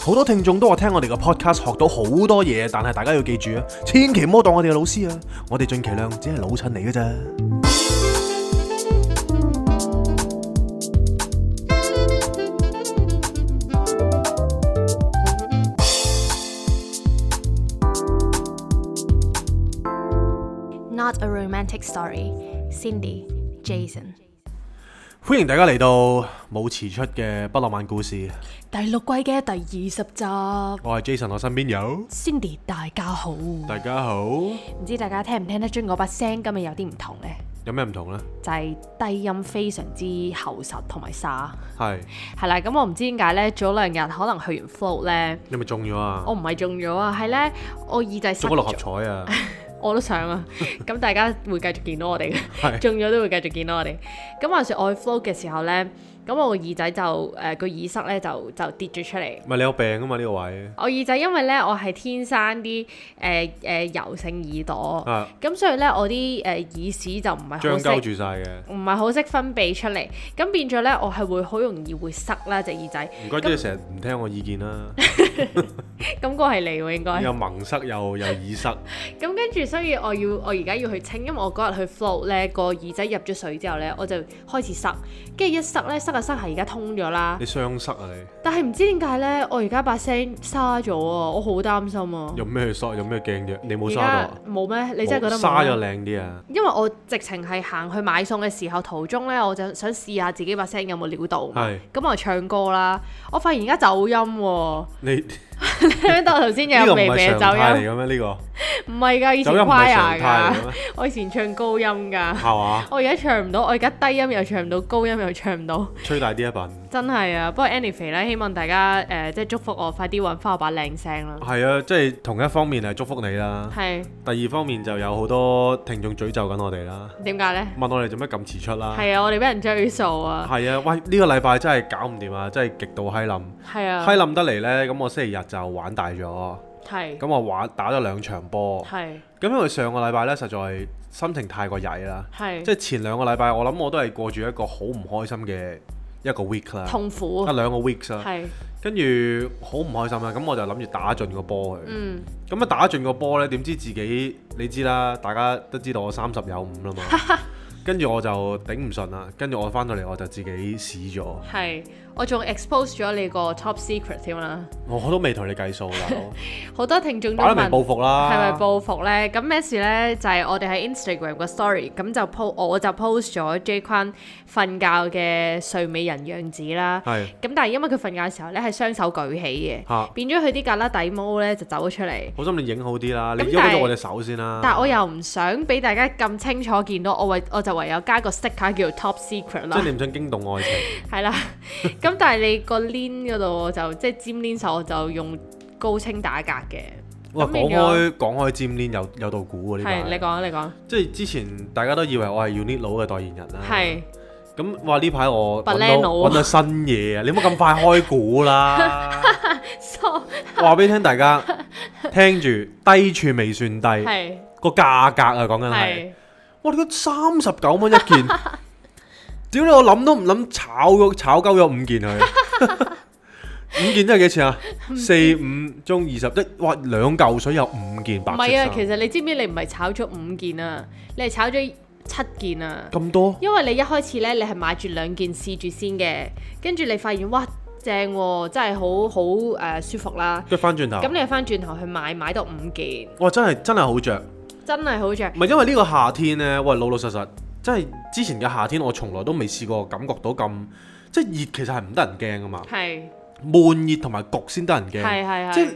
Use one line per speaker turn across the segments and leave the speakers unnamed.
好多聽眾都話聽我哋嘅 podcast 學到好多嘢，但係大家要記住啊，千祈唔好當我哋係老師啊，我哋盡其量只係老襯你嘅啫。
Not a romantic story. Cindy, Jason。
歡迎大家嚟到冇詞出嘅不浪漫故事，
第六季嘅第二十集
我係 Jason，我身邊有
，Cindy 大家好。唔
大家好，
知大家聽唔聽得出我把聲今日有啲唔同呢？
有咩唔同呢？
就係、低音非常之厚實同埋沙。
係
係啦，咁我唔知點解呢，早兩日可能去完 float 呢，
你咪中咗啊
我？唔係中咗啊，係呢，我耳仔塞
中咗六合
咗。
彩啊！
我都想 啊，咁大家會繼續見到我哋
係
嘅，中咗都會繼續見到我哋。咁話說我去 flow 嘅時候呢，咁我個耳仔就誒個、耳塞呢就就跌咗出嚟。
唔係你有病啊嘛？呢個位
我耳仔因為呢，我係天生啲誒誒油性耳朵，
啊，
咁所以呢，我啲誒、耳屎就唔係
將
好
鳩
識。
住晒嘅。
唔係好識分泌出嚟，咁變咗呢，我係會好容易會塞啦隻耳仔。
唔該，即係成日唔聽我意見啦，
咁個係你喎應該。
又萌塞又又耳塞，
咁跟住，所以我要我而家要去清，因為我嗰日去 float 咧，個耳仔入咗水之後咧，我就開始塞，跟住一塞咧，塞下塞下，而家通咗啦
你。雙塞啊你！
但係唔知點解咧，我而家把聲沙咗啊！我好擔心啊。
有咩去沙？有咩驚啫？你冇
而
沙到
家
啊？
冇咩？你真係覺得
冇沙
冇
咗
咩？
靚啲啊！
因為我直情係行去買餸嘅時候途中咧，我就想試下自己把聲有冇料到嘛
係。
咁我唱歌啦，我發現而家走音喎、
你
聽到我頭先
呢個
有
唔
微微
係
嘅
常
走
態嚟
音，
嘅咩？呢
唔係㗎，以
個走
前
音唔係常
choir
態
㗎
嚟，嘅咩？
我以前唱高音㗎。
係嘛？
我而家唱唔到，我而家低音又唱唔到，高音又唱唔到，
吹大啲一品。
真係啊！不過 anyway 咧，希望大家誒、呃即係祝福我快啲揾翻我把靚聲啦。
係啊，即係同一方面係祝福你啦，
係
第二方面就有好多聽眾詛咒緊我哋啦，
點解呢？
問我哋做咩咁遲出啦。
係啊，我哋俾人追數啊！
係啊，喂！呢個禮拜真係搞唔掂啊，真係極度閪冧，
係啊，
閪冧得嚟呢。咁我星期日就玩大咗，
係
咁我玩打咗兩場波，
係
咁因為上個禮拜呢，實在心情太過曳啦，即係
係
前兩個禮拜我諗我都係過住一個好唔開心嘅一個 week 啦，
痛苦
一
啊！
兩個 weeks 啦，
係
跟住好唔開心啊啦，咁我就諗住打進個波去，
嗯
咁啊打進個波呢，點知自己你知啦，大家都知道我三十有五啦 嘛，跟住我就頂唔順啦，跟住我翻到嚟我就自己屎咗。
係，我仲 expose 咗你個 top secret 添啦。
我都未同你計數 啦，
好多聽眾都
擺得明
問
報復啊啦，
係咪？報復呢？咁咩事呢？就係、我哋喺 Instagram 個 story 咁就 po 我就 post 咗 J 坤瞓覺嘅睡美人樣子啦。
係
咁但係因為佢瞓覺嘅時候咧係雙手舉起嘅，
嚇，啊好
變咗佢啲格拉底毛咧就走咗出嚟。
心你影好啲啦，你
咁
喐
但係
咗我隻手先啦。
但我又唔想俾大家咁清楚見到，我為我就唯有加個 sticker 叫做 top secret
即係
啦，
你唔想驚動愛情，
係啦。 咁但係你個 lin 嗰度我就即係尖 lin 手，我就用高清打格嘅。
哇！
咁
講
變咗
開講開尖鏈有有道估喎呢
係你
排，
講，啊你講，
即係之前大家都以為我係 Unit 佬嘅代言人啦。
係
咁哇！呢排我揾
Baleno
到揾到新嘢啊！你唔好咁快開估 啦。
So，
話俾你聽大家聽住，低處未算低，
係
個價格啊講緊係。
係
哇！你三十九蚊一 件，屌你！我諗都唔諗炒咗炒鳩咗五件佢， 五件真係幾錢啊？四五中二十一，哇！兩嚿水有五件
唔
白色
係啊？
衫
其實你知唔知你唔係炒咗五件啊？你係炒咗七件啊？
咁多
因為你一開始咧，你係買住兩件試住先嘅，跟住你發現哇正喎、真係好好誒舒服啦。
跟住翻轉頭
咁，你又翻轉頭去買，買到五件，
哇！真係真係好着，
真係好着。
唔係因為呢個夏天呢，喂老老實實，真係之前嘅夏天我從來都未試過感覺到咁，即係熱其實係唔得人驚噶嘛，
係
悶熱同埋焗先得人驚。啊
係係
即係
係，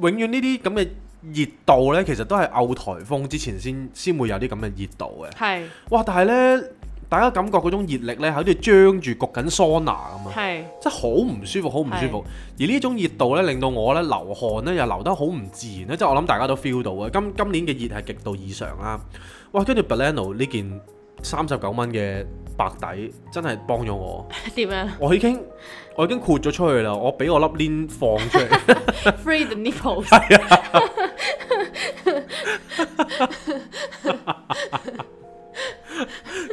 永遠呢啲咁嘅熱度呢，其實都係漚颱風之前先先會有啲咁嘅熱度嘅。
係
哇！但係呢，大家感覺嗰種熱力呢，係好似張住焗緊桑拿咁啊，
係
真係好唔舒服，好唔舒服。而呢種熱度呢，令到我呢流汗呢，又流得好唔自然咧，即係我諗大家都 feel 到嘅。啊今今年嘅熱係極度異常啦。哇！跟住 Baleno 呢件三十九蚊嘅白底真係幫咗我，
點啊樣
我已經我已經豁咗出去啦，我俾我粒鏈放出嚟。
？Free the nipples 係啊，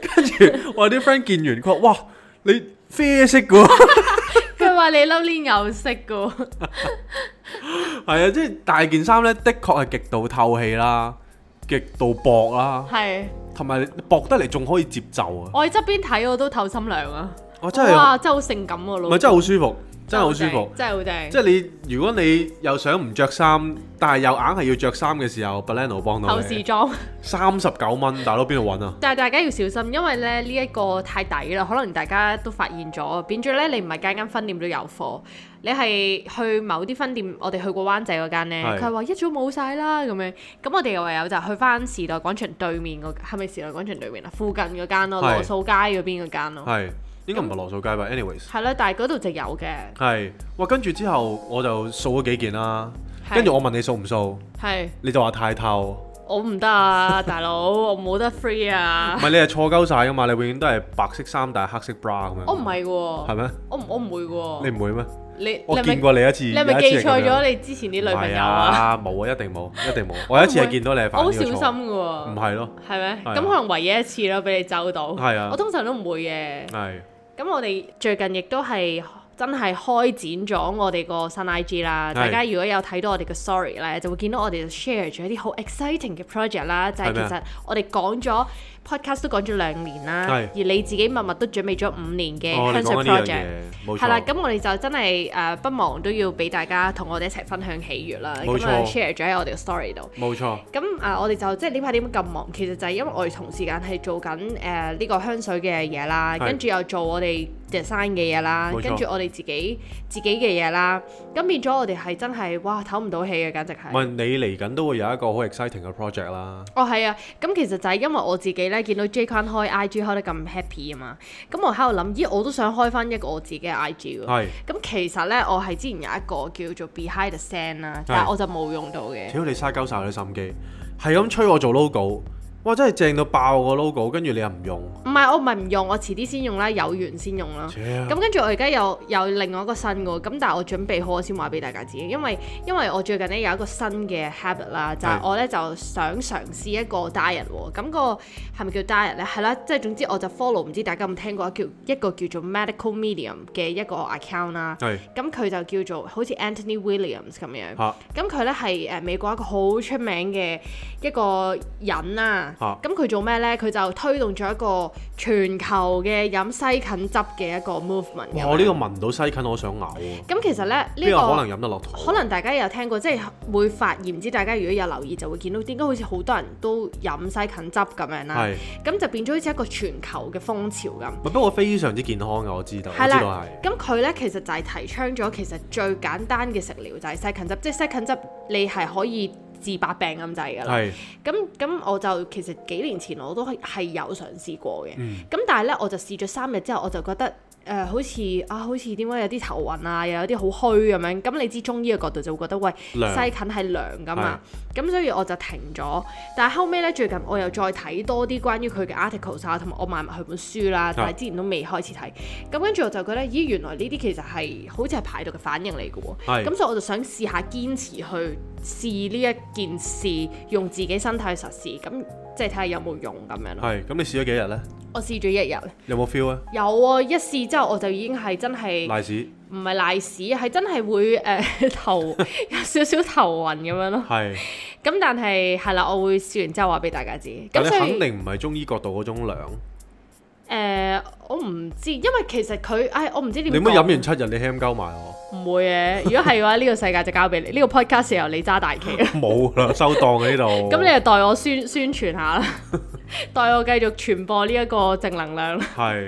跟住我啲 friend 見完，佢話：哇，你啡色嘅喎，
佢話你嬲呢牛色噶，
係啊，即係大件衫咧，的確係極度透氣啦，極度薄啦，
係
同埋薄得嚟仲可以接袖啊！
我喺側邊睇我都透心涼啊！
我真係
哇，真係好性感喎、老
唔係真係好舒服，真係好舒服。
正真係好正，
即係你如果你又想唔着衫，但係又硬係要着衫嘅時候 b a l e n o 幫到
透視
你。
裝。
三十九蚊，大佬邊度揾啊？
但係大家要小心，因為咧呢一、個太抵啦，可能大家都發現咗，變咗咧你唔係間間分店都有貨，你係去某啲分店，我哋去過灣仔嗰間咧，
係
佢係話一早冇晒啦咁樣，咁我哋唯有就去翻時代廣場對面嗰，係咪時代廣場對面啊？附近嗰間咯，
係
羅素街嗰邊嗰間咯，
係應該唔係羅素街吧？anyways，
係啦，但係嗰度就有嘅，
係哇，跟住之後我就掃咗幾件啦。
係
跟住我問你掃唔掃，
係
你就話太透。
我唔得啊，大佬，我冇得 free 啊
唔，係你係錯鳩晒噶嘛？你永遠都係白色衫但係黑色 bra 咁樣。
我哦唔係喎
係，咩？
我唔我唔會喎
你，唔會咩？
你
我
你係
見
咪
過你一次，
你
你
係咪記錯咗你之前啲女朋友啊？
冇啊，一定冇，一定冇。我有一次係見到你係
我
犯
好
呢
小
個
心啊
錯，
嘅
唔
喎，
係咯，
係咩？
係啊
咁可能唯一一次咯，俾你走到。
係啊
我通常都唔會嘅。
係
咁我哋最近亦都係真係開展咗我哋個新 IG 啦。
係
大家如果有睇到我哋嘅 story 咧，就會見到我哋 share 咗一啲好 exciting 嘅 project 啦。就係
係
其
咩啊
實我哋講咗 podcast 都講咗兩年啦，
係
而你自己默默都準備咗五年嘅
哦，你
香水
講緊呢樣
project。
嘢，冇
係啦，
錯。
咁我哋就真係誒、呃不忘都要俾大家同我哋一齊分享喜悅啦。
冇
咁
錯
啊 share 咗喺我哋嘅 story 度。
冇錯，
咁啊、我哋就即係呢排點解咁忙？其實就係因為我哋同時間係做緊誒呢個香水嘅嘢啦，
係
跟住又做我哋 design 嘅嘢啦
冇，錯
跟住我哋自己自己嘅嘢啦，咁變咗我哋係真係哇唞唔到氣嘅，簡直
唔
係
係。你嚟緊都會有一個好 exciting 嘅 project 啦，
哦，係啊，咁其實就係因為我自己咧見到 J 君開 IG 開得咁 happy 啊嘛，咁我喺度諗，咦，我都想開翻一個我自己嘅 IG 喎。
係。
咁其實咧，我係之前有一個叫做 Behind the Sand 啦，但係我就冇用到嘅。
屌你嘥鳩晒我啲心機，係咁催我做 logo，哇真係正到爆個 logo，跟住你又唔用，
唔係，我唔係唔用，我遲啲先用啦，有緣先用啦。
啊
咁跟住我而家有有另外一個新嘅，咁但係我準備好我先話俾大家知，因為因為我最近咧有一個新嘅 habit 啦，就
係
係我咧就想嘗試一個 diet 喎，咁、個係咪叫 diet 咧？係啦，即係總之我就 follow 唔知大家有冇聽過叫一個叫做 medical medium 嘅一個 account 啦，
係
咁佢就叫做好似 Anthony Williams 咁樣。
嚇
咁佢咧係誒美國一個好出名嘅一個人啦、
啊
咁佢、做咩咧？佢就推動咗一個全球嘅飲西芹汁嘅一個 movement 咁樣。
哇我呢個聞到西芹，我想嘔啊！
咁其實咧啊呢、
邊
個
有可能飲得落肚？
可能大家有聽過，即係會發現，唔知大家如果有留意就會見到點解好似好多人都飲西芹汁咁樣啦。
係，
咁就變咗好似一個全球嘅風潮咁。
不過非常之健康嘅，我知道，我
係
知道
啦
係，
咁佢咧其實就係提倡咗其實最簡單嘅食療就係西芹汁，即係西芹汁你係可以治百病咁滯㗎啦。
係
咁咁我就其實幾年前我都係係有嘗試過嘅，咁、
嗯
但係咧我就試咗三日之後，我就覺得誒、呃好似啊好似點解有啲頭暈啊，又有啲好虛咁樣。咁你知中醫嘅角度就會覺得喂
涼
西芹係涼噶嘛，咁所以我就停咗。但係後尾咧最近我又再睇多啲關於佢嘅 articles 啊，同埋我買埋佢本書
啊
啦，但係之前都未開始睇。咁跟住我就覺得咦原來呢啲其實係好似係排毒嘅反應嚟嘅喎。
係
咁所以我就想試下堅持去試呢一件事，用自己身體去實試，咁即係睇下有冇用咁樣咯。
係。咁你試咗幾日呢？
我試咗一日，
有冇 feel 啊？
有啊！一試之後我就已經係真係
賴屎
唔係賴屎，係真係會誒、 呃頭 有少少頭暈咁樣咯。
係，
咁但係係啦，我會試完之後話俾大家知。
但
咁
你
所
肯
以誒、
定唔係中醫角度嗰種涼。
呃我唔知，因為其實佢，唉，我唔知點
你
講。
乜飲完七日你 ham 鳩埋我？
唔會嘅，如果係嘅話，呢、個世界就交俾你，呢、個 podcast 由你揸大旗。
冇 啦，收檔喺呢度。
咁你就代我宣宣傳下 啦，代我繼續傳播呢一個正能量啦。
係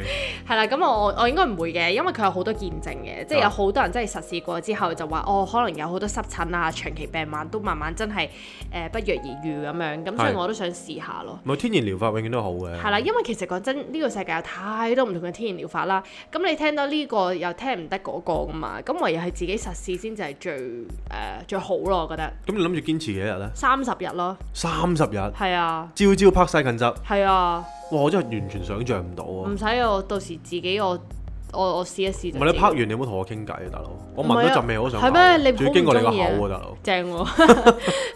係啦，咁我我應該唔會嘅，因為佢有好多見證嘅，即係有啊好多人真係實試過之後就話，哦，可能有好多濕疹啊、長期病患都慢慢真係誒、呃不藥而愈咁樣，咁所以
係
我都想試下咯。
咪天然療法永遠都好嘅。
係啦，因為其實講真，呢、個世界有太多唔同嘅天然療法啦。咁你聽到呢、個又聽唔得嗰個噶嘛，咁唯有係自己實試先至係最誒、呃最好咯，我覺得
咁你諗住堅持幾日呢？
三十日咯，
三十日，
係啊，
朝朝拍西芹汁。
係啊。
哇！我真係完全想像唔到啊！
唔使我到時自己我我我試一試
唔
就知。
係你拍完你冇同我傾偈啊，大佬。我
唔係
聞
啊
咗陣味，我想
係咩你
仲要經過你個
好唔中意啊
口啊，大佬。
正喎、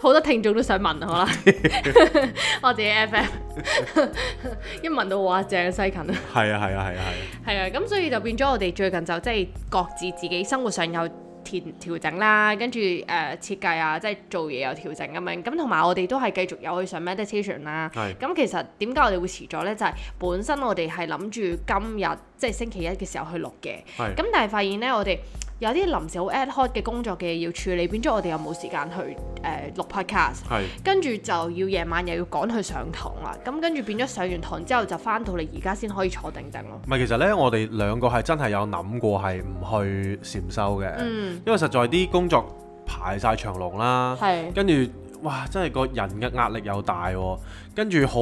好多聽眾都想問啊，可能 我自己 FM 一問到話正西芹啊，
係啊，係啊，係啊，係
係啊，咁所以就變咗我哋最近就即係各自自己生活上有調調整啦，跟住誒設計啊，即係做嘢有調整咁樣，咁同埋我哋都係繼續有去上 meditation 啦。
啊，係。
咁其實點解我哋會遲咗呢？就係、本身我哋係諗住今日即係星期一嘅時候去錄嘅，
係
咁但係發現呢，我哋有啲臨時好 ad hoc 嘅工作嘅嘢要處理，變咗我哋又冇時間去誒、呃、錄 podcast。
係
跟住就要夜晚又要趕去上堂啦，咁跟住變咗上完堂之後就翻到嚟而家先可以坐定定咯。
唔係，其實咧，我哋兩個係真係有諗過係唔去禪修嘅，
嗯，
因為實在啲工作排晒長龍啦，
係
跟住哇，真係個人嘅壓力又大喎、跟住好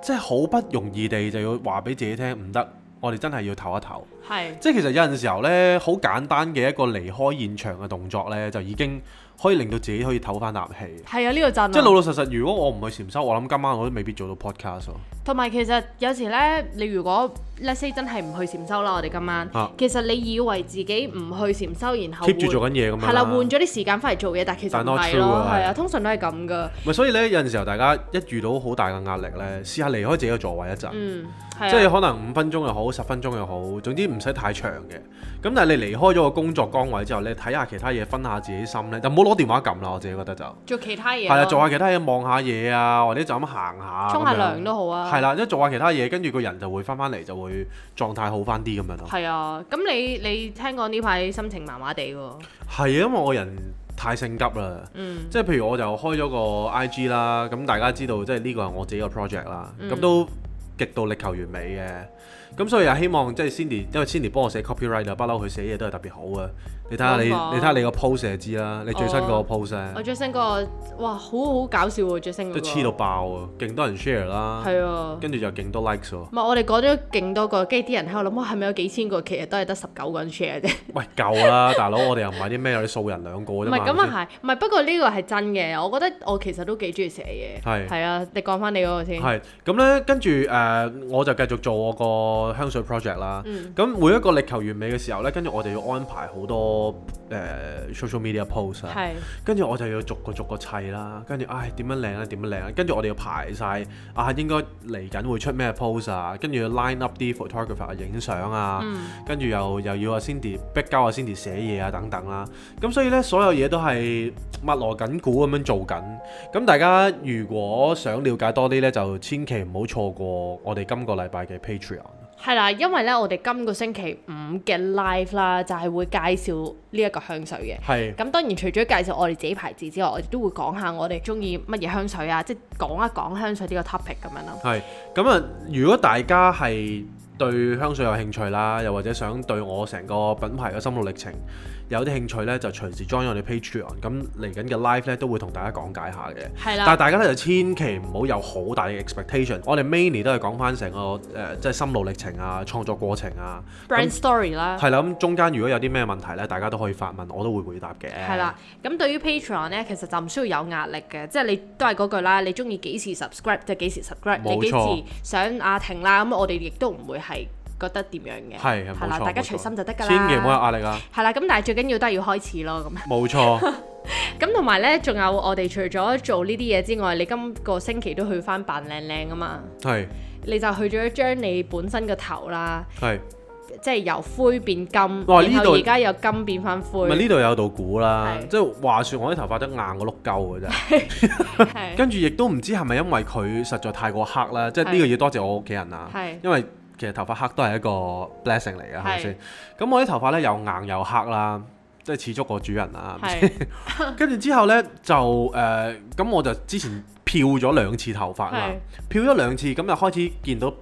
即係好不容易地就要話俾自己聽唔得，我哋真係要唞一唞。
係
即係其實有陣時候呢，好簡單嘅一個離開現場嘅動作呢，就已經可以令到自己可以唞翻啖氣。
係啊！呢個真啊
即係老老實實，如果我唔去禪修，我諗今晚我都未必做到 podcast 咯。
同埋其實有時咧，你如果 let's say 真係唔去禪修啦，我哋今晚、
啊
其實你以為自己唔去禪修，然後
keep 住
換
做緊嘢咁樣
係啦，換咗啲時間翻嚟做嘢，但其實
But
唔
not
係
true
咯，
啊
係
係
啊，
啊
通常都係咁噶，
咪所以呢，有陣時候大家一遇到好大嘅壓力呢，試下離開自己嘅座位一陣。
嗯，
即
係
係
啊，
可能五分鐘又好，十分鐘又好，總之唔使太長嘅。咁但係你離開咗個工作崗位之後，你睇下其他嘢，分下自己心呢，就唔好攞電話撳啦。我自己覺得就係啊
做其他嘢
啦，
咯，
做下其他嘢，望下嘢啊，或者就咁行下，
沖下
咁樣
涼都好啊，
係啦，一做下其他嘢，跟住個人就會翻翻嚟，就會狀態好翻啲咁樣咯。
係啊，咁你你聽講呢排心情麻麻地喎，
係啊，因為我人太性急啦，
嗯，
即係譬如我就開咗個 IG 啦，咁大家知道即係呢個係我自己個 project 啦，
嗯
咁、都極度力求完美嘅。咁所以啊，希望即係 Cindy，因為 Cindy 幫我寫 copyright 啊，不嬲佢寫嘢都係特別好啊。你睇下你，
冇錯哦
你睇下你個 post 就知啦，你最新嗰個 post
我
咧
最新嗰個哇，好好搞笑喎，最新嗰個
啊都黐到爆啊，勁多人 share 啦，
係啊。
跟住就勁多 likes 喎。
唔係，我哋講咗勁多個，跟住啲人喺度諗，哇，係咪有幾千個？其實都係得十九個人 share 啫。
喂，夠啦，大佬，我哋又唔係啲咩，有啲素人兩個
唔
啫嘛。
係咁啊，係，唔係不過呢個係真嘅。我覺得我其實都幾中意寫嘢。
係
係啊，你講翻你嗰個先。
係咁咧，跟住誒、呃我就繼續做我個香水 project 啦。
嗯
咁、每一個力求完美嘅時候咧，跟住我哋要安排好多誒、呃 social media post 啊。
係
跟住我就要逐個逐個砌啦。跟住唉，點樣靚咧？點樣靚咧？跟住我哋要排晒啊，應該嚟緊會出咩 post 啊？跟住要 line up 啲 photographer 啊影相啊。
嗯
跟住又又要阿 Cindy 逼交阿 Cindy 寫嘢啊等等啦，咁所以呢，所有嘢都係密鑼緊鼓咁樣做緊。咁大家如果想了解多啲呢，就千祈唔好錯過我哋今個禮拜嘅 Patreon。
係啦，因為咧，我哋今個星期五嘅 live 啦，就係會介紹呢一個香水嘅。
係
咁當然除咗介紹我哋自己牌子之外，我哋都會講下我哋中意乜嘢香水啊，即係講一講香水呢個 topic 咁樣咯。
係咁啊！如果大家係對香水有興趣啦，又或者想對我成個品牌嘅心路歷程有啲興趣呢，就隨時 join 我哋 Patreon。咁嚟緊嘅 live 呢，都會同大家講解下嘅。
係
但係
啦，
大家咧就千祈唔好有好大嘅 expectation。我哋 mainly 都係講翻成個誒、呃即係心路歷程啊、創作過程啊。
brand story 啦。
係啦，咁中間如果有啲咩問題咧，大家都可以發問，我都會回答嘅。
係啦，咁對於 Patreon 咧，其實就唔需要有壓力嘅，即係你都係嗰句啦，你中意幾時 subscribe 就幾時 subscribe，你
冇
幾
錯
時想啊停啦，咁我哋亦都唔會係覺得點樣嘅，
係，係冇
啦，
錯，
大家
冇錯
隨心就得㗎啦，
千祈唔好有壓力啊！
係啦，咁但係最緊要都係要開始咯，咁
冇 錯，
咁同埋咧，仲有我哋除咗做呢啲嘢之外，你今個星期都去翻扮靚靚啊嘛，
係
你就去咗將你本身個頭啦，
係。
即係由灰變金，
哇
然
呢
後
度
而家又金變翻
咪
灰，
呢度有道估啦
係，
即係話説我啲頭髮都硬過碌鳩嘅啫，
係
跟住亦都唔知係咪因為佢實在太過黑啦，即係呢個要多謝我屋企人啊，
係
因為其實頭髮黑都係一個 blessing 嚟嘅，係咪
係
先？咁我啲頭髮咧又硬又黑啦，即係似足個主人啦。
係
跟住之後咧就誒，咁、我就之前漂咗兩次頭髮啦
係，
漂咗兩次咁就開始見到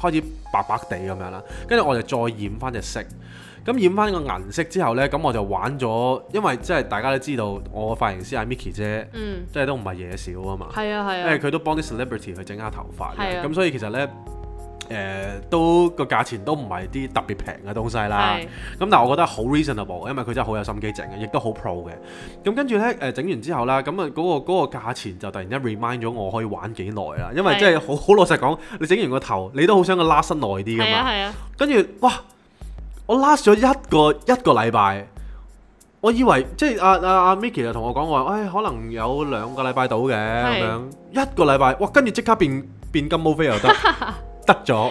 開始白白地咁樣啦，跟住我就再染翻隻色。咁染翻個銀色之後呢，咁我就玩咗，因為即係大家都知道我個髮型師係 Micky 姐，
嗯，
即係都唔係嘢少啊嘛。
係啊係
因
啊
為。佢都幫啲 celebrity 去整下頭髮
係
嘅，
啊
咁所以其實呢，誒、都個價錢都唔係啲特別平嘅東西啦。
係
咁但係我覺得好 reasonable，因為佢真係好有心機整嘅，亦都好 pro 嘅。咁跟住呢，誒、整完之後啦，咁啊嗰個嗰、個價錢就突然間 remind 咗我可以玩幾耐啦，因為
係
即係好好老實講，你整完個頭，你都好想佢拉伸耐啲㗎
係啊
嘛。
係啊，
跟住哇，我 last 咗一個一個禮拜，我以為即係阿阿阿 Micky 就同我講話，哎唉、可能有兩個禮拜到嘅咁
係
樣，一個禮拜，哇，跟住即刻變變金毛飛 又得，得咗，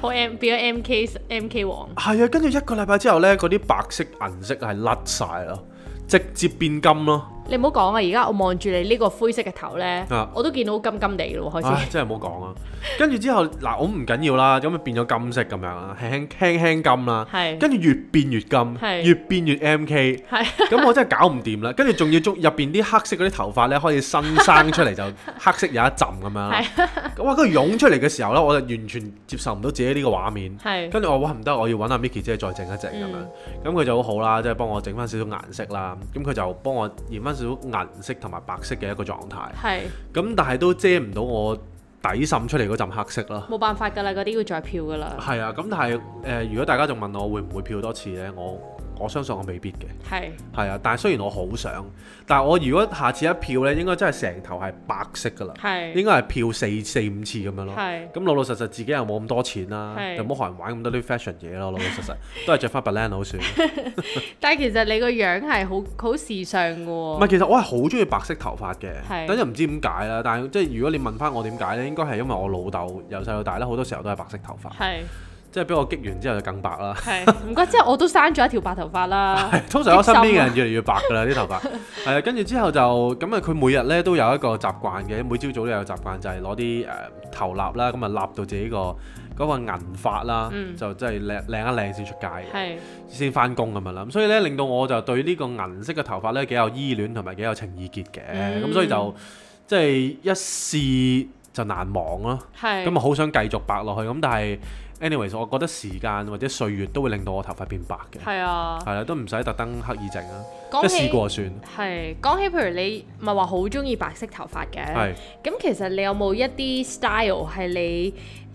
好 M 變咗 M K M K 王，
係啊，跟住一個禮拜之後呢，嗰啲白色銀色係甩晒咯，直接變金咯，
你唔好講啊！而家我望住你呢個灰色嘅頭咧
啊，
我都見到金金地咯喎，開
唉
始，
真係唔好講啊，跟住之後嗱，我唔緊要啦，咁咪變咗金色咁樣啦，輕輕輕輕金啦，
係
跟住越變越金，
係
越變越 M K。
係
咁我真係搞唔掂啦，跟住仲要捉入邊啲黑色嗰啲頭髮咧，可以新生出嚟 就黑色有一浸咁樣啦。咁哇，跟住湧出嚟嘅時候咧，我就完全接受唔到自己呢個畫面。
係
跟住我話哇唔得，我要揾阿 Micky 姐再整一整咁樣
嗯。
咁佢就好好啦，即係幫我整翻少少顏色啦。咁佢就幫我染翻少少銀色同埋白色嘅一個狀態。
係
咁但係都遮唔到我底滲出嚟嗰陣黑色啦。
冇辦法㗎啦，嗰啲要再漂㗎啦，
係啊，咁但係誒、呃如果大家仲問我會唔會漂多次呢？我我相信我未必嘅。
係
係啊，但係雖然我好想，但係我如果下次一票呢，應該真係成頭係白色㗎啦，
係
應該係票四四五次咁樣咯。
係
咁老老實實自己又冇咁多錢啦，
係
又唔好學人玩咁多啲 fashion 嘢咯。老老實 實都係着翻 Baleno 算。
但係其實你個樣係好好時尚㗎
唔
喎，
係，其實我係好中意白色頭髮嘅，
哦係
但係又唔知點解啦。但係即係如果你問翻我點解呢，應該係因為我老豆由細到大咧，好多時候都係白色頭髮，
係
即係俾我激完之後就更白 啦。
係，唔該，即係我都生咗一條白頭髮啦，
係通常我身邊嘅
啊
人越嚟越白㗎啦啲頭髮， 係啊，跟住之後就咁啊，佢每日咧都有一個習慣嘅，每朝早都有習慣就係攞啲誒頭蠟啦，咁啊蠟到自己個嗰個銀髮啦，
嗯
就真係靚靚一靚先出街嘅，
係
先翻工咁樣啦。咁所以咧令到我就對呢個銀色嘅頭髮咧幾有依戀同埋幾有情意結嘅，咁、
嗯
所以就即係一試就難忘咯。
係
咁啊，好想繼續白落去，咁但係 anyways，我覺得時間或者歲月都會令到我頭髮變白嘅。
係啊，
係啦，都唔使特登刻意整啊，即
講
係試
起。
過算。
係講起，譬如你咪話好中意白色頭髮嘅，
係
咁其實你有冇一啲 style 係你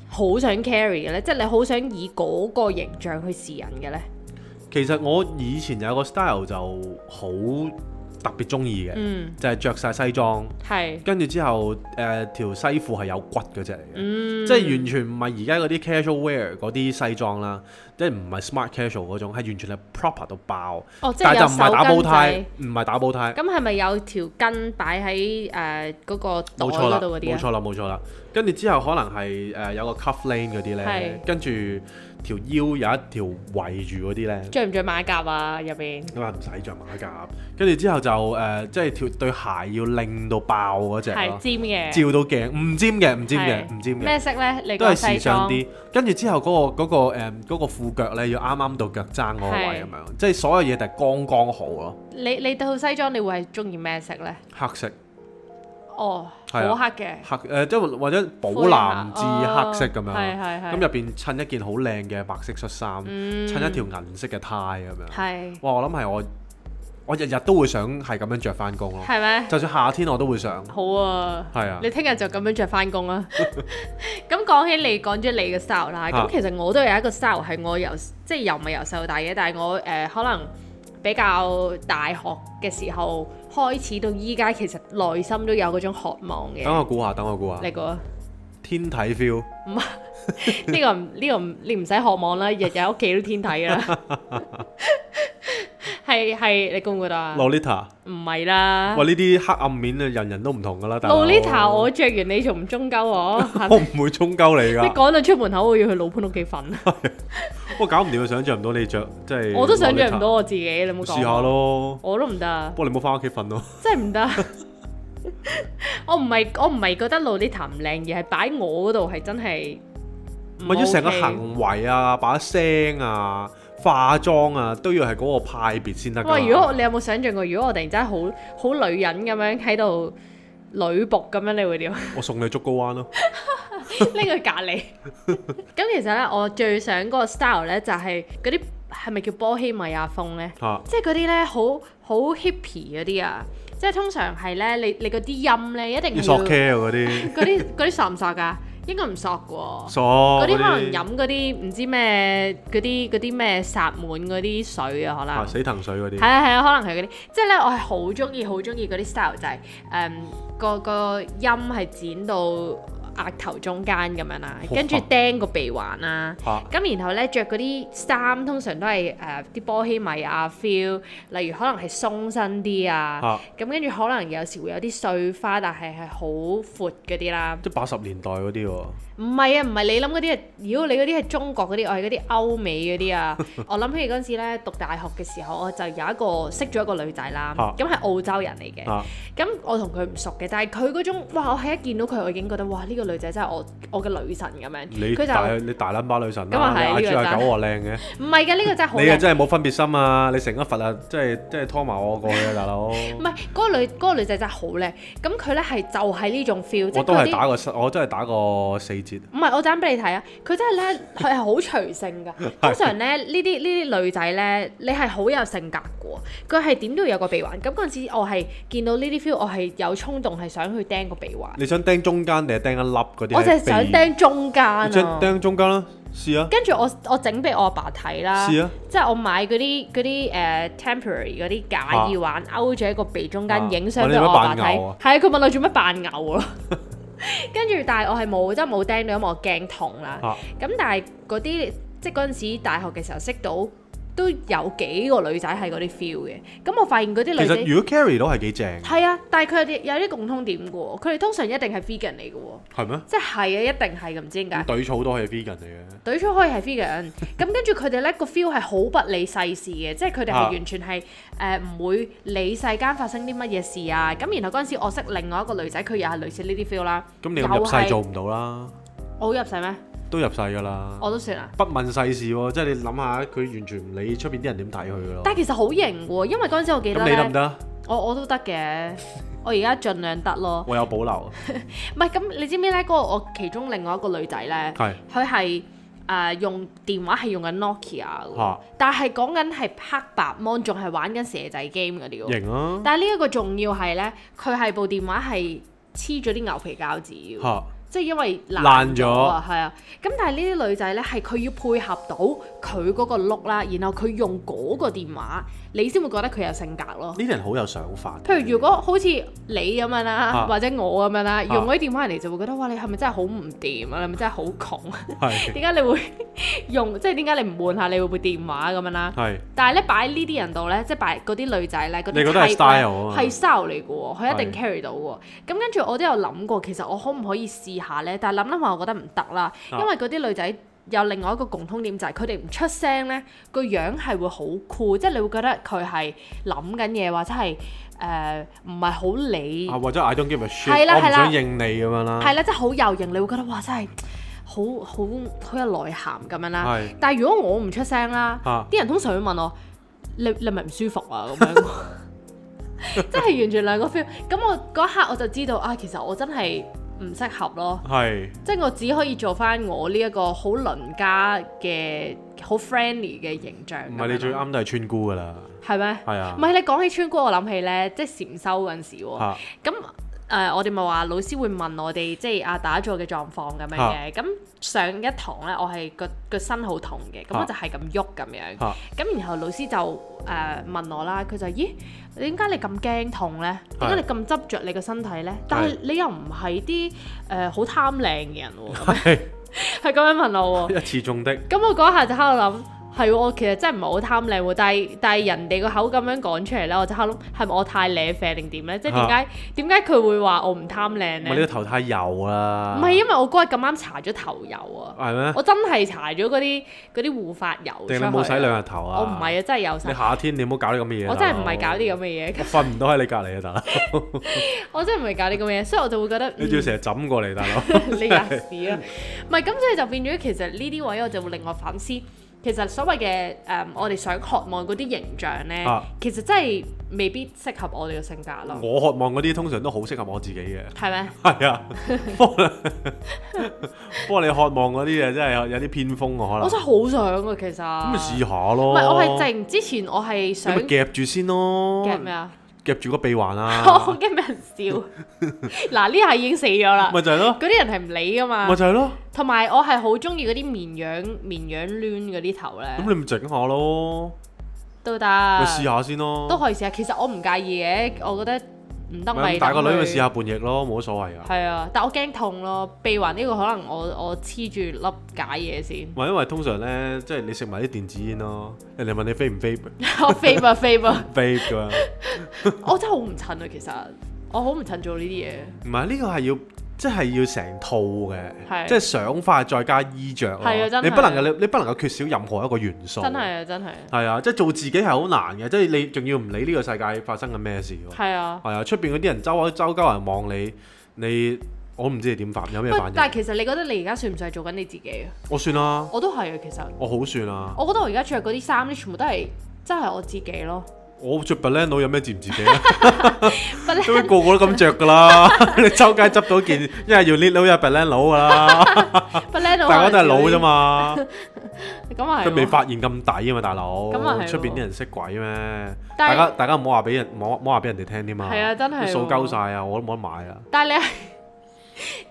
好想 carry 嘅呢？即係你好想以嗰個形象去示人嘅呢？
其實我以前有個 style 就好特別中意嘅，
嗯，
就係着晒西裝，
係，
跟住之後誒、呃、條西褲係有骨嗰只嚟嘅，
嗯，
即係完全唔係而家嗰啲 casual wear 嗰啲西裝啦，即係唔係 smart casual 嗰種，係完全係 proper 到爆，
哦，即
但
係
係
有
就唔係
手
打煲呔
巾仔。，
唔係打煲呔。
咁係咪有條巾擺喺誒嗰個袋
冇錯啦，
嗰度嗰啲
冇
啊？
錯啦，冇錯啦。跟住之後可能係誒、呃有個 cuff lane 嗰啲咧，
係
跟住條腰有一條圍住嗰啲咧，
着唔着馬甲啊？入邊
咁啊唔使着馬甲，跟住之後就誒、呃即係條對鞋要令到爆嗰只
係
咯，
尖嘅，
照到鏡，唔尖嘅，唔尖嘅，
係
唔尖嘅，
咩色呢？你
都
個
係時
西
尚
裝
啲。跟住之後嗰、個嗰、個誒嗰個褲腳咧要啱啱到腳踭嗰個位
係
咁樣，即係所有嘢就係剛剛好咯，
你你套西裝你會係中意咩色呢？
黑色。
哦，
係啊
好黑嘅，
黑誒，即係或者寶
灰
藍
藍
至黑色咁樣
哦係
啦，
係係
咁入邊襯一件好靚嘅白色恤衫，
嗯
襯一條銀色嘅呔咁樣。
係
哇！我諗係我我日日都會想係咁樣着翻工咯，
係咩？
就算夏天我都會想。
好啊！
係啊
你，聽日就咁樣着翻 工啦。咁講起你講咗你嘅 style
啊
啦，咁其實我都有一個 style 係我由即係又唔係由細到大嘅，但係我誒、呃可能比較大學嘅時候開始到依家，其實內心都有嗰種渴望
等
嘅。
我估下，等我估下
你，估啊
天體 feel
呢個唔呢個唔你唔使渴望啦，日日喺屋企都天體 㗎啦。係係，你估唔估到啊？
Lolita，
唔係啦
哇！呢啲黑暗面啊，人人都唔同噶啦。大佬
，Lolita 我着完你仲唔中 鳩我？
我唔會衝鳩你
你
㗎，
講到出門口，我要去老潘屋 企瞓。
我搞唔掂，想像唔到你着，即係
我都想象唔到
Lolita。
我自己，你冇講。
試下。咯，
我都唔得
不，過你冇翻屋企瞓咯。
真係唔得。我唔係我唔係覺得 Lolita 唔靚，而係擺我嗰度係真係唔
咪要成個
OK
行為啊、把聲啊、化妝啊，都要係嗰個派別先得㗎嘛。
哇！如果你有冇想象過，如果我突然之間好好女人咁樣喺度女仆咁樣，你會點？呢
我送你竹篙灣咯，
個隔離。咁其實咧，我最想嗰個 style 咧就係嗰啲係咪叫波希米亞風咧？
嚇、
即係嗰啲咧好好 hippy 嗰啲啊！即係通常係咧，你你嗰啲音咧一定
要
係
索
要
care 嗰啲，
嗰啲嗰啲索唔索㗎？應該唔索嘅喎。
索
嗰
哦嗰
啲可能飲嗰啲唔知咩嗰啲嗰啲咩薩滿嗰啲水啊，可能
啊死藤水嗰
係
啲，
啊係啊，可能係嗰啲。即係咧，我係嗯好中意好中意嗰啲 style 就係誒個個音係剪到額頭中間咁樣啦，
哇
跟住釘個鼻環啦。
嚇
咁然後咧着嗰啲衫通常都係誒啲波希米啊 feel，例如可能係鬆身啲啊，
嚇，
咁跟住可能有時會有啲碎花，但係係好闊嗰啲啦。
即係八十年代嗰啲喎，
唔係啊，唔係你諗嗰啲啊，妖你嗰啲係中國嗰啲，我係嗰啲歐美嗰 啲啊。我諗起嗰陣時咧讀大學嘅時候，我就有一個識咗一個女仔啦
啊，
咁係澳洲人嚟嘅。
啊
咁我同佢唔熟嘅，但係佢嗰種哇，我係一見到佢，我已經覺得哇，呢、個女仔真係我我嘅女神咁樣。
你
佢
大
就
你大撚巴女神
咁啊
啦，
係
你阿
呢個
豬阿
真
狗我靚嘅，
唔係嘅，呢、個真係好
你啊
靚。
真係冇分別心啊！你成一佛啊，即係即係拖埋我過去啊，大 佬！
唔係嗰個女嗰、個女仔真係好靚，咁佢咧係就係呢種 feel，即
我
係
都
嗰
係打
啲
個失，我真係打個四折。
唔係我陣俾你睇啊！佢真係咧， 佢係好隨性㗎。通常咧呢啲呢啲女仔咧，你係好有性格嘅喎。佢係點都要有個鼻環。咁嗰陣時我係見到呢啲 feel，我係有衝動係想去釘個鼻環，
你想釘中間定係釘一粒嗰啲？
我就係想
鼻
釘中間
你想
啊。
釘中間啦，試啊，
跟住我我整俾我阿爸睇啦。
試啊！
即係我買嗰啲嗰啲誒 temporary 嗰啲假耳環，勾咗喺個鼻中
啊
間影相
問你
俾我
做乜
阿爸
扮
睇。
牛
係
啊
啊，佢問我做乜扮牛咯。 跟住，但係我係冇，即係冇釘到，因為我驚痛啦。
啊
咁但係嗰啲即係嗰陣時大學嘅時候識到，都有幾個女仔係嗰啲 feel 嘅。咁我發現嗰啲
其
女
實
仔
如果 carry 到係幾正，
係啊，但係佢哋有啲共通點嘅喎，佢哋通常一定係 vegan 嚟嘅喎，
係咩？
即係係啊，一定係咁，唔知點解。
對草都係 vegan 嚟嘅。
懟出去係 vegan，咁跟住佢哋咧個 feel 係好不理世事嘅，即係佢哋
啊
係完全係誒唔會理世間發生啲乜嘢事啊。咁然後嗰陣時我識另外一個女仔，佢又係類似呢啲 feel 啦。
咁你咁入世
又係
做唔到啦，
我好入世咩？
都入世噶啦，
我都算啊。
不問世事喎，即係你諗下，佢完全唔理出邊啲人點睇佢噶咯。
但係其實好型喎，因為嗰陣時我記得
咁你得唔
咧，
得？
我我都得嘅， 我而家盡量得咯。
我有保留，
唔係咁，你知唔知咧？嗰、個我其中另外一個女仔咧，
係
佢係誒用電話係用緊 Nokia 嘅喎
啊，
但係講緊係黑白 mon，仲係玩緊蛇仔 game 嗰啲喎。
型啊，
但係呢一個重要係咧，佢係部電話係黐咗啲牛皮膠紙嘅，
嚇
即係因為
爛咗
啊，係啊。咁但係呢啲女仔咧，係佢要配合到佢嗰個碌啦，然後佢用嗰個電話，你先會覺得佢有性格咯。
呢啲人好有想 法。
譬如如果好似你咁樣啦，
啊
或者我咁樣啦，用嗰啲電話人哋就會覺得哇，你係咪真係好唔掂啊？你係咪真係好窮？啊
係
點解你會 用？即係點解你唔換下你會部電話咁樣啦？
係
但係咧擺呢啲人度咧，即係擺嗰啲女仔咧，嗰啲
你覺得係
type
style
呢
啊嘛
係 style 嚟嘅喎，佢一定
係
carry 到喎。咁跟住我都有諗過，其實我可唔可以試下咧？但係諗諗下，我覺得唔得啦，因
啊
為嗰啲女仔有另外一個共通點就係佢哋唔出聲咧，個樣係會好酷，即係你會覺得佢係諗緊嘢或者係誒唔係好理，
啊，或者 I don't give a shit，
係啦
我唔
係啦
想應你咁樣啦。
係啦，即係好有型，你會覺得哇，真係好好好有內涵咁樣啦。
係
但係如果我唔出聲啦，啲、
啊
人通常會問我：你你係咪唔舒服啊？咁 樣，即係完全兩個 feel。咁我嗰一刻我就知道啊，其實我真係唔適合咯，
係
即係我只可以做翻我呢一個好鄰家嘅好 friendly 嘅形象。
唔係你最？啱都係村姑噶啦，
係咩？
係啊
唔係你講起村姑，我諗起咧，即係禪修嗰陣時喎。
嚇
咁誒、呃我哋咪話老師會問我哋即係啊打坐嘅狀況咁樣
啊
嘅。咁、上一堂咧，我係個個身好痛嘅，咁
啊
我就係咁喐咁樣。
嚇
咁然後老師就誒、問我啦，佢就咦點解你咁驚痛咧？
係
點解你咁執着你個身體咧？但係你又唔係啲誒好貪靚嘅人喎， 咁樣
係
係咁樣問我喎。
一次中的。
咁我嗰下就喺度諗。係喎，我其實真係唔係好貪靚喎，但係但係人哋個口咁樣講出嚟咧，我就喺度諗係咪我太瀨啡定點咧？即係點解點解佢會話我唔貪靚
唔係你個
咧？
頭太油啦，
唔係因為我嗰日咁啱搽咗頭油 啊，
係咩？
我真係搽咗嗰啲嗰啲護髮油
定你
出
冇
去
洗
啊
兩日頭啊？
我唔係啊，真係有洗
你。夏天你唔好搞啲咁嘅嘢。啊
我真係
大
唔
佬
係搞啲咁嘅嘢，
我瞓唔到喺你隔離啊，大佬！
我真係唔係搞啲咁嘅嘢，所以我就會覺得
你仲要成日枕過嚟，大 佬。
嗯你吔屎啦，唔係咁，所以就變咗其實呢啲位我就會令我反思，其實所謂嘅誒、嗯我哋想渴望嗰啲形象咧，
啊
其實真係未必適合我哋嘅性格咯，
我渴望嗰啲通常都好適合我自己嘅。
係咪？
係 啊，不過不過你渴望嗰啲嘢真係有啲偏鋒
我
啊，
真係好想啊，其實
可能咁
咁
咪試下咯。
唔係我係淨之前我係
你
想
咪夾住先咯，
夾咩啊？
夾住個鼻環
我
啊
好，驚俾人笑， 嗱呢下已經死咗啦，
咪就係咯，
嗰啲人係唔理噶嘛
咪，就係咯。
同埋我係好中意嗰啲綿羊綿羊攣嗰啲頭咧
咁。你咪整下咯，
都得，
咪試下先咯
都。可以試下。其實我唔介意嘅，我覺得唔得咪
咁大個
等
女咪
佢
試下叛逆咯，冇乜所謂啊。
係啊，但我驚痛咯，鼻環呢個可能我我黐住粒假嘢先，
唔係因為通常咧，即係你食埋啲電子煙咯，人哋問你飛唔飛
我飛吧飛吧，
飛㗎嘛。
我真係好唔襯啊，其實我好唔襯做呢啲嘢，
唔係呢個係要，即係要成套嘅，
係
即係想法再加衣着咯。
係啊真係
你不能夠你你不能夠缺少任何一個元素。
真係啊真係啊，
係啊，即係做自己係好難嘅，即係你仲要唔理呢個世界發生緊咩事喎。
係啊。
係啊，出邊嗰啲人周周周人望你，你我唔知你點反，有咩
喂
反
但係
應？
其實你覺得你而家算唔算係做緊你自己啊？
我算啦，
我都係啊，其實
我好算啦。
我覺得我而家着嗰啲衫咧，全部都係真係我自己 咯。
我着 b l a n d 有咩自唔自己啊？
不咧
因為個個都咁着㗎啦，你周街執到件，一係要 l i t t 一係 b l a n d 㗎啦，
不咧，
大家都係老啫。嘛。
咁啊係喎，
佢未發現咁抵啊嘛，大佬。
咁啊係喎
出邊啲人識鬼咩？
但
大
係
家大家唔好話俾人，唔好唔好話俾人哋聽添嘛。
係啊真係喎
數鳩晒啊，我都冇得買啦。
但係你 係，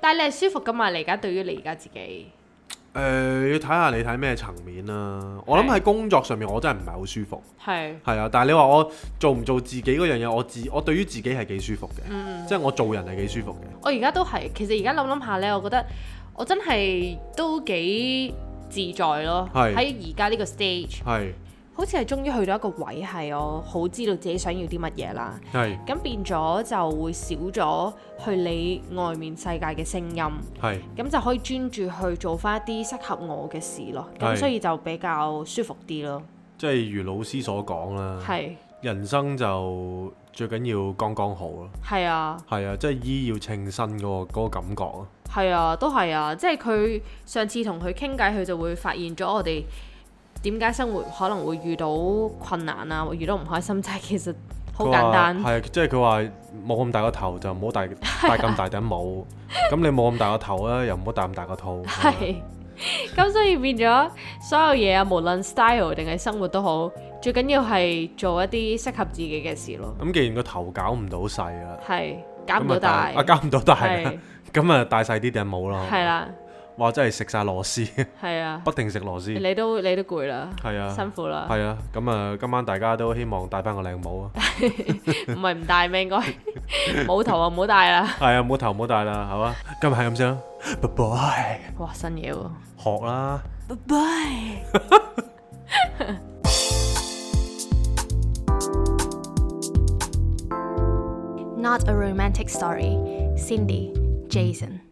但係你係舒服噶嘛？你而家對於你而家自己，
誒，要睇下你睇咩層面啦。我諗
係
喺工作上面，我真係唔係好舒服。
係
係啊，但係你話我做唔做自己嗰樣嘢，我自我對於自己係幾舒服嘅，
嗯
即係我做人係幾舒服嘅。
我而家都係。其實而家諗諗下咧，我覺得我真係都幾自在咯。
係
喺而家呢個 stage，
係
好似係終於去到一個位，係我好知道自己想要啲乜嘢啦。
係
咁變咗就會少咗去理外面世界嘅聲音，
係
咁就可以專注去做翻一啲適合我嘅事咯。
係
咁所以就比較舒服啲咯。
即係如老師所講啦，
係
人生就最緊要剛剛好咯。
係啊，
係啊，即係衣要稱身嗰個嗰個感覺咯。
係啊，都係啊。即係佢上次同佢傾偈，佢就會發現咗我哋點解生活可能會遇到困難啊，會遇到唔開心，就係其實好簡單
佢。話係啊即係佢話冇咁大個頭就唔好 戴戴咁大頂帽，咁你冇咁大個頭咧又唔好戴咁大個套。係
係。咁所以變咗所有嘢啊，無論 style 定係生活都好，最緊要係做一啲適合自己嘅事咯。
咁既然個頭搞唔到細啦，
係搞
咁
唔
咪
到
戴
大，
啊搞唔到大啦
係，
咁啊戴晒啲頂帽咯。
係啦，
哇！真係食晒螺絲，
係啊，
不停食螺絲。
你都你都攰啦，
係啊，
辛苦啦，
係啊，咁啊今晚大家都希望戴翻個靚帽啊。
唔係唔戴 咩應該，冇頭啊唔好戴啦，
係啊，冇頭冇戴啦，係嘛？今日係咁先啦，拜拜，
哇新嘢喎，
學啦。
拜拜。
Not a romantic story. Cindy, Jason.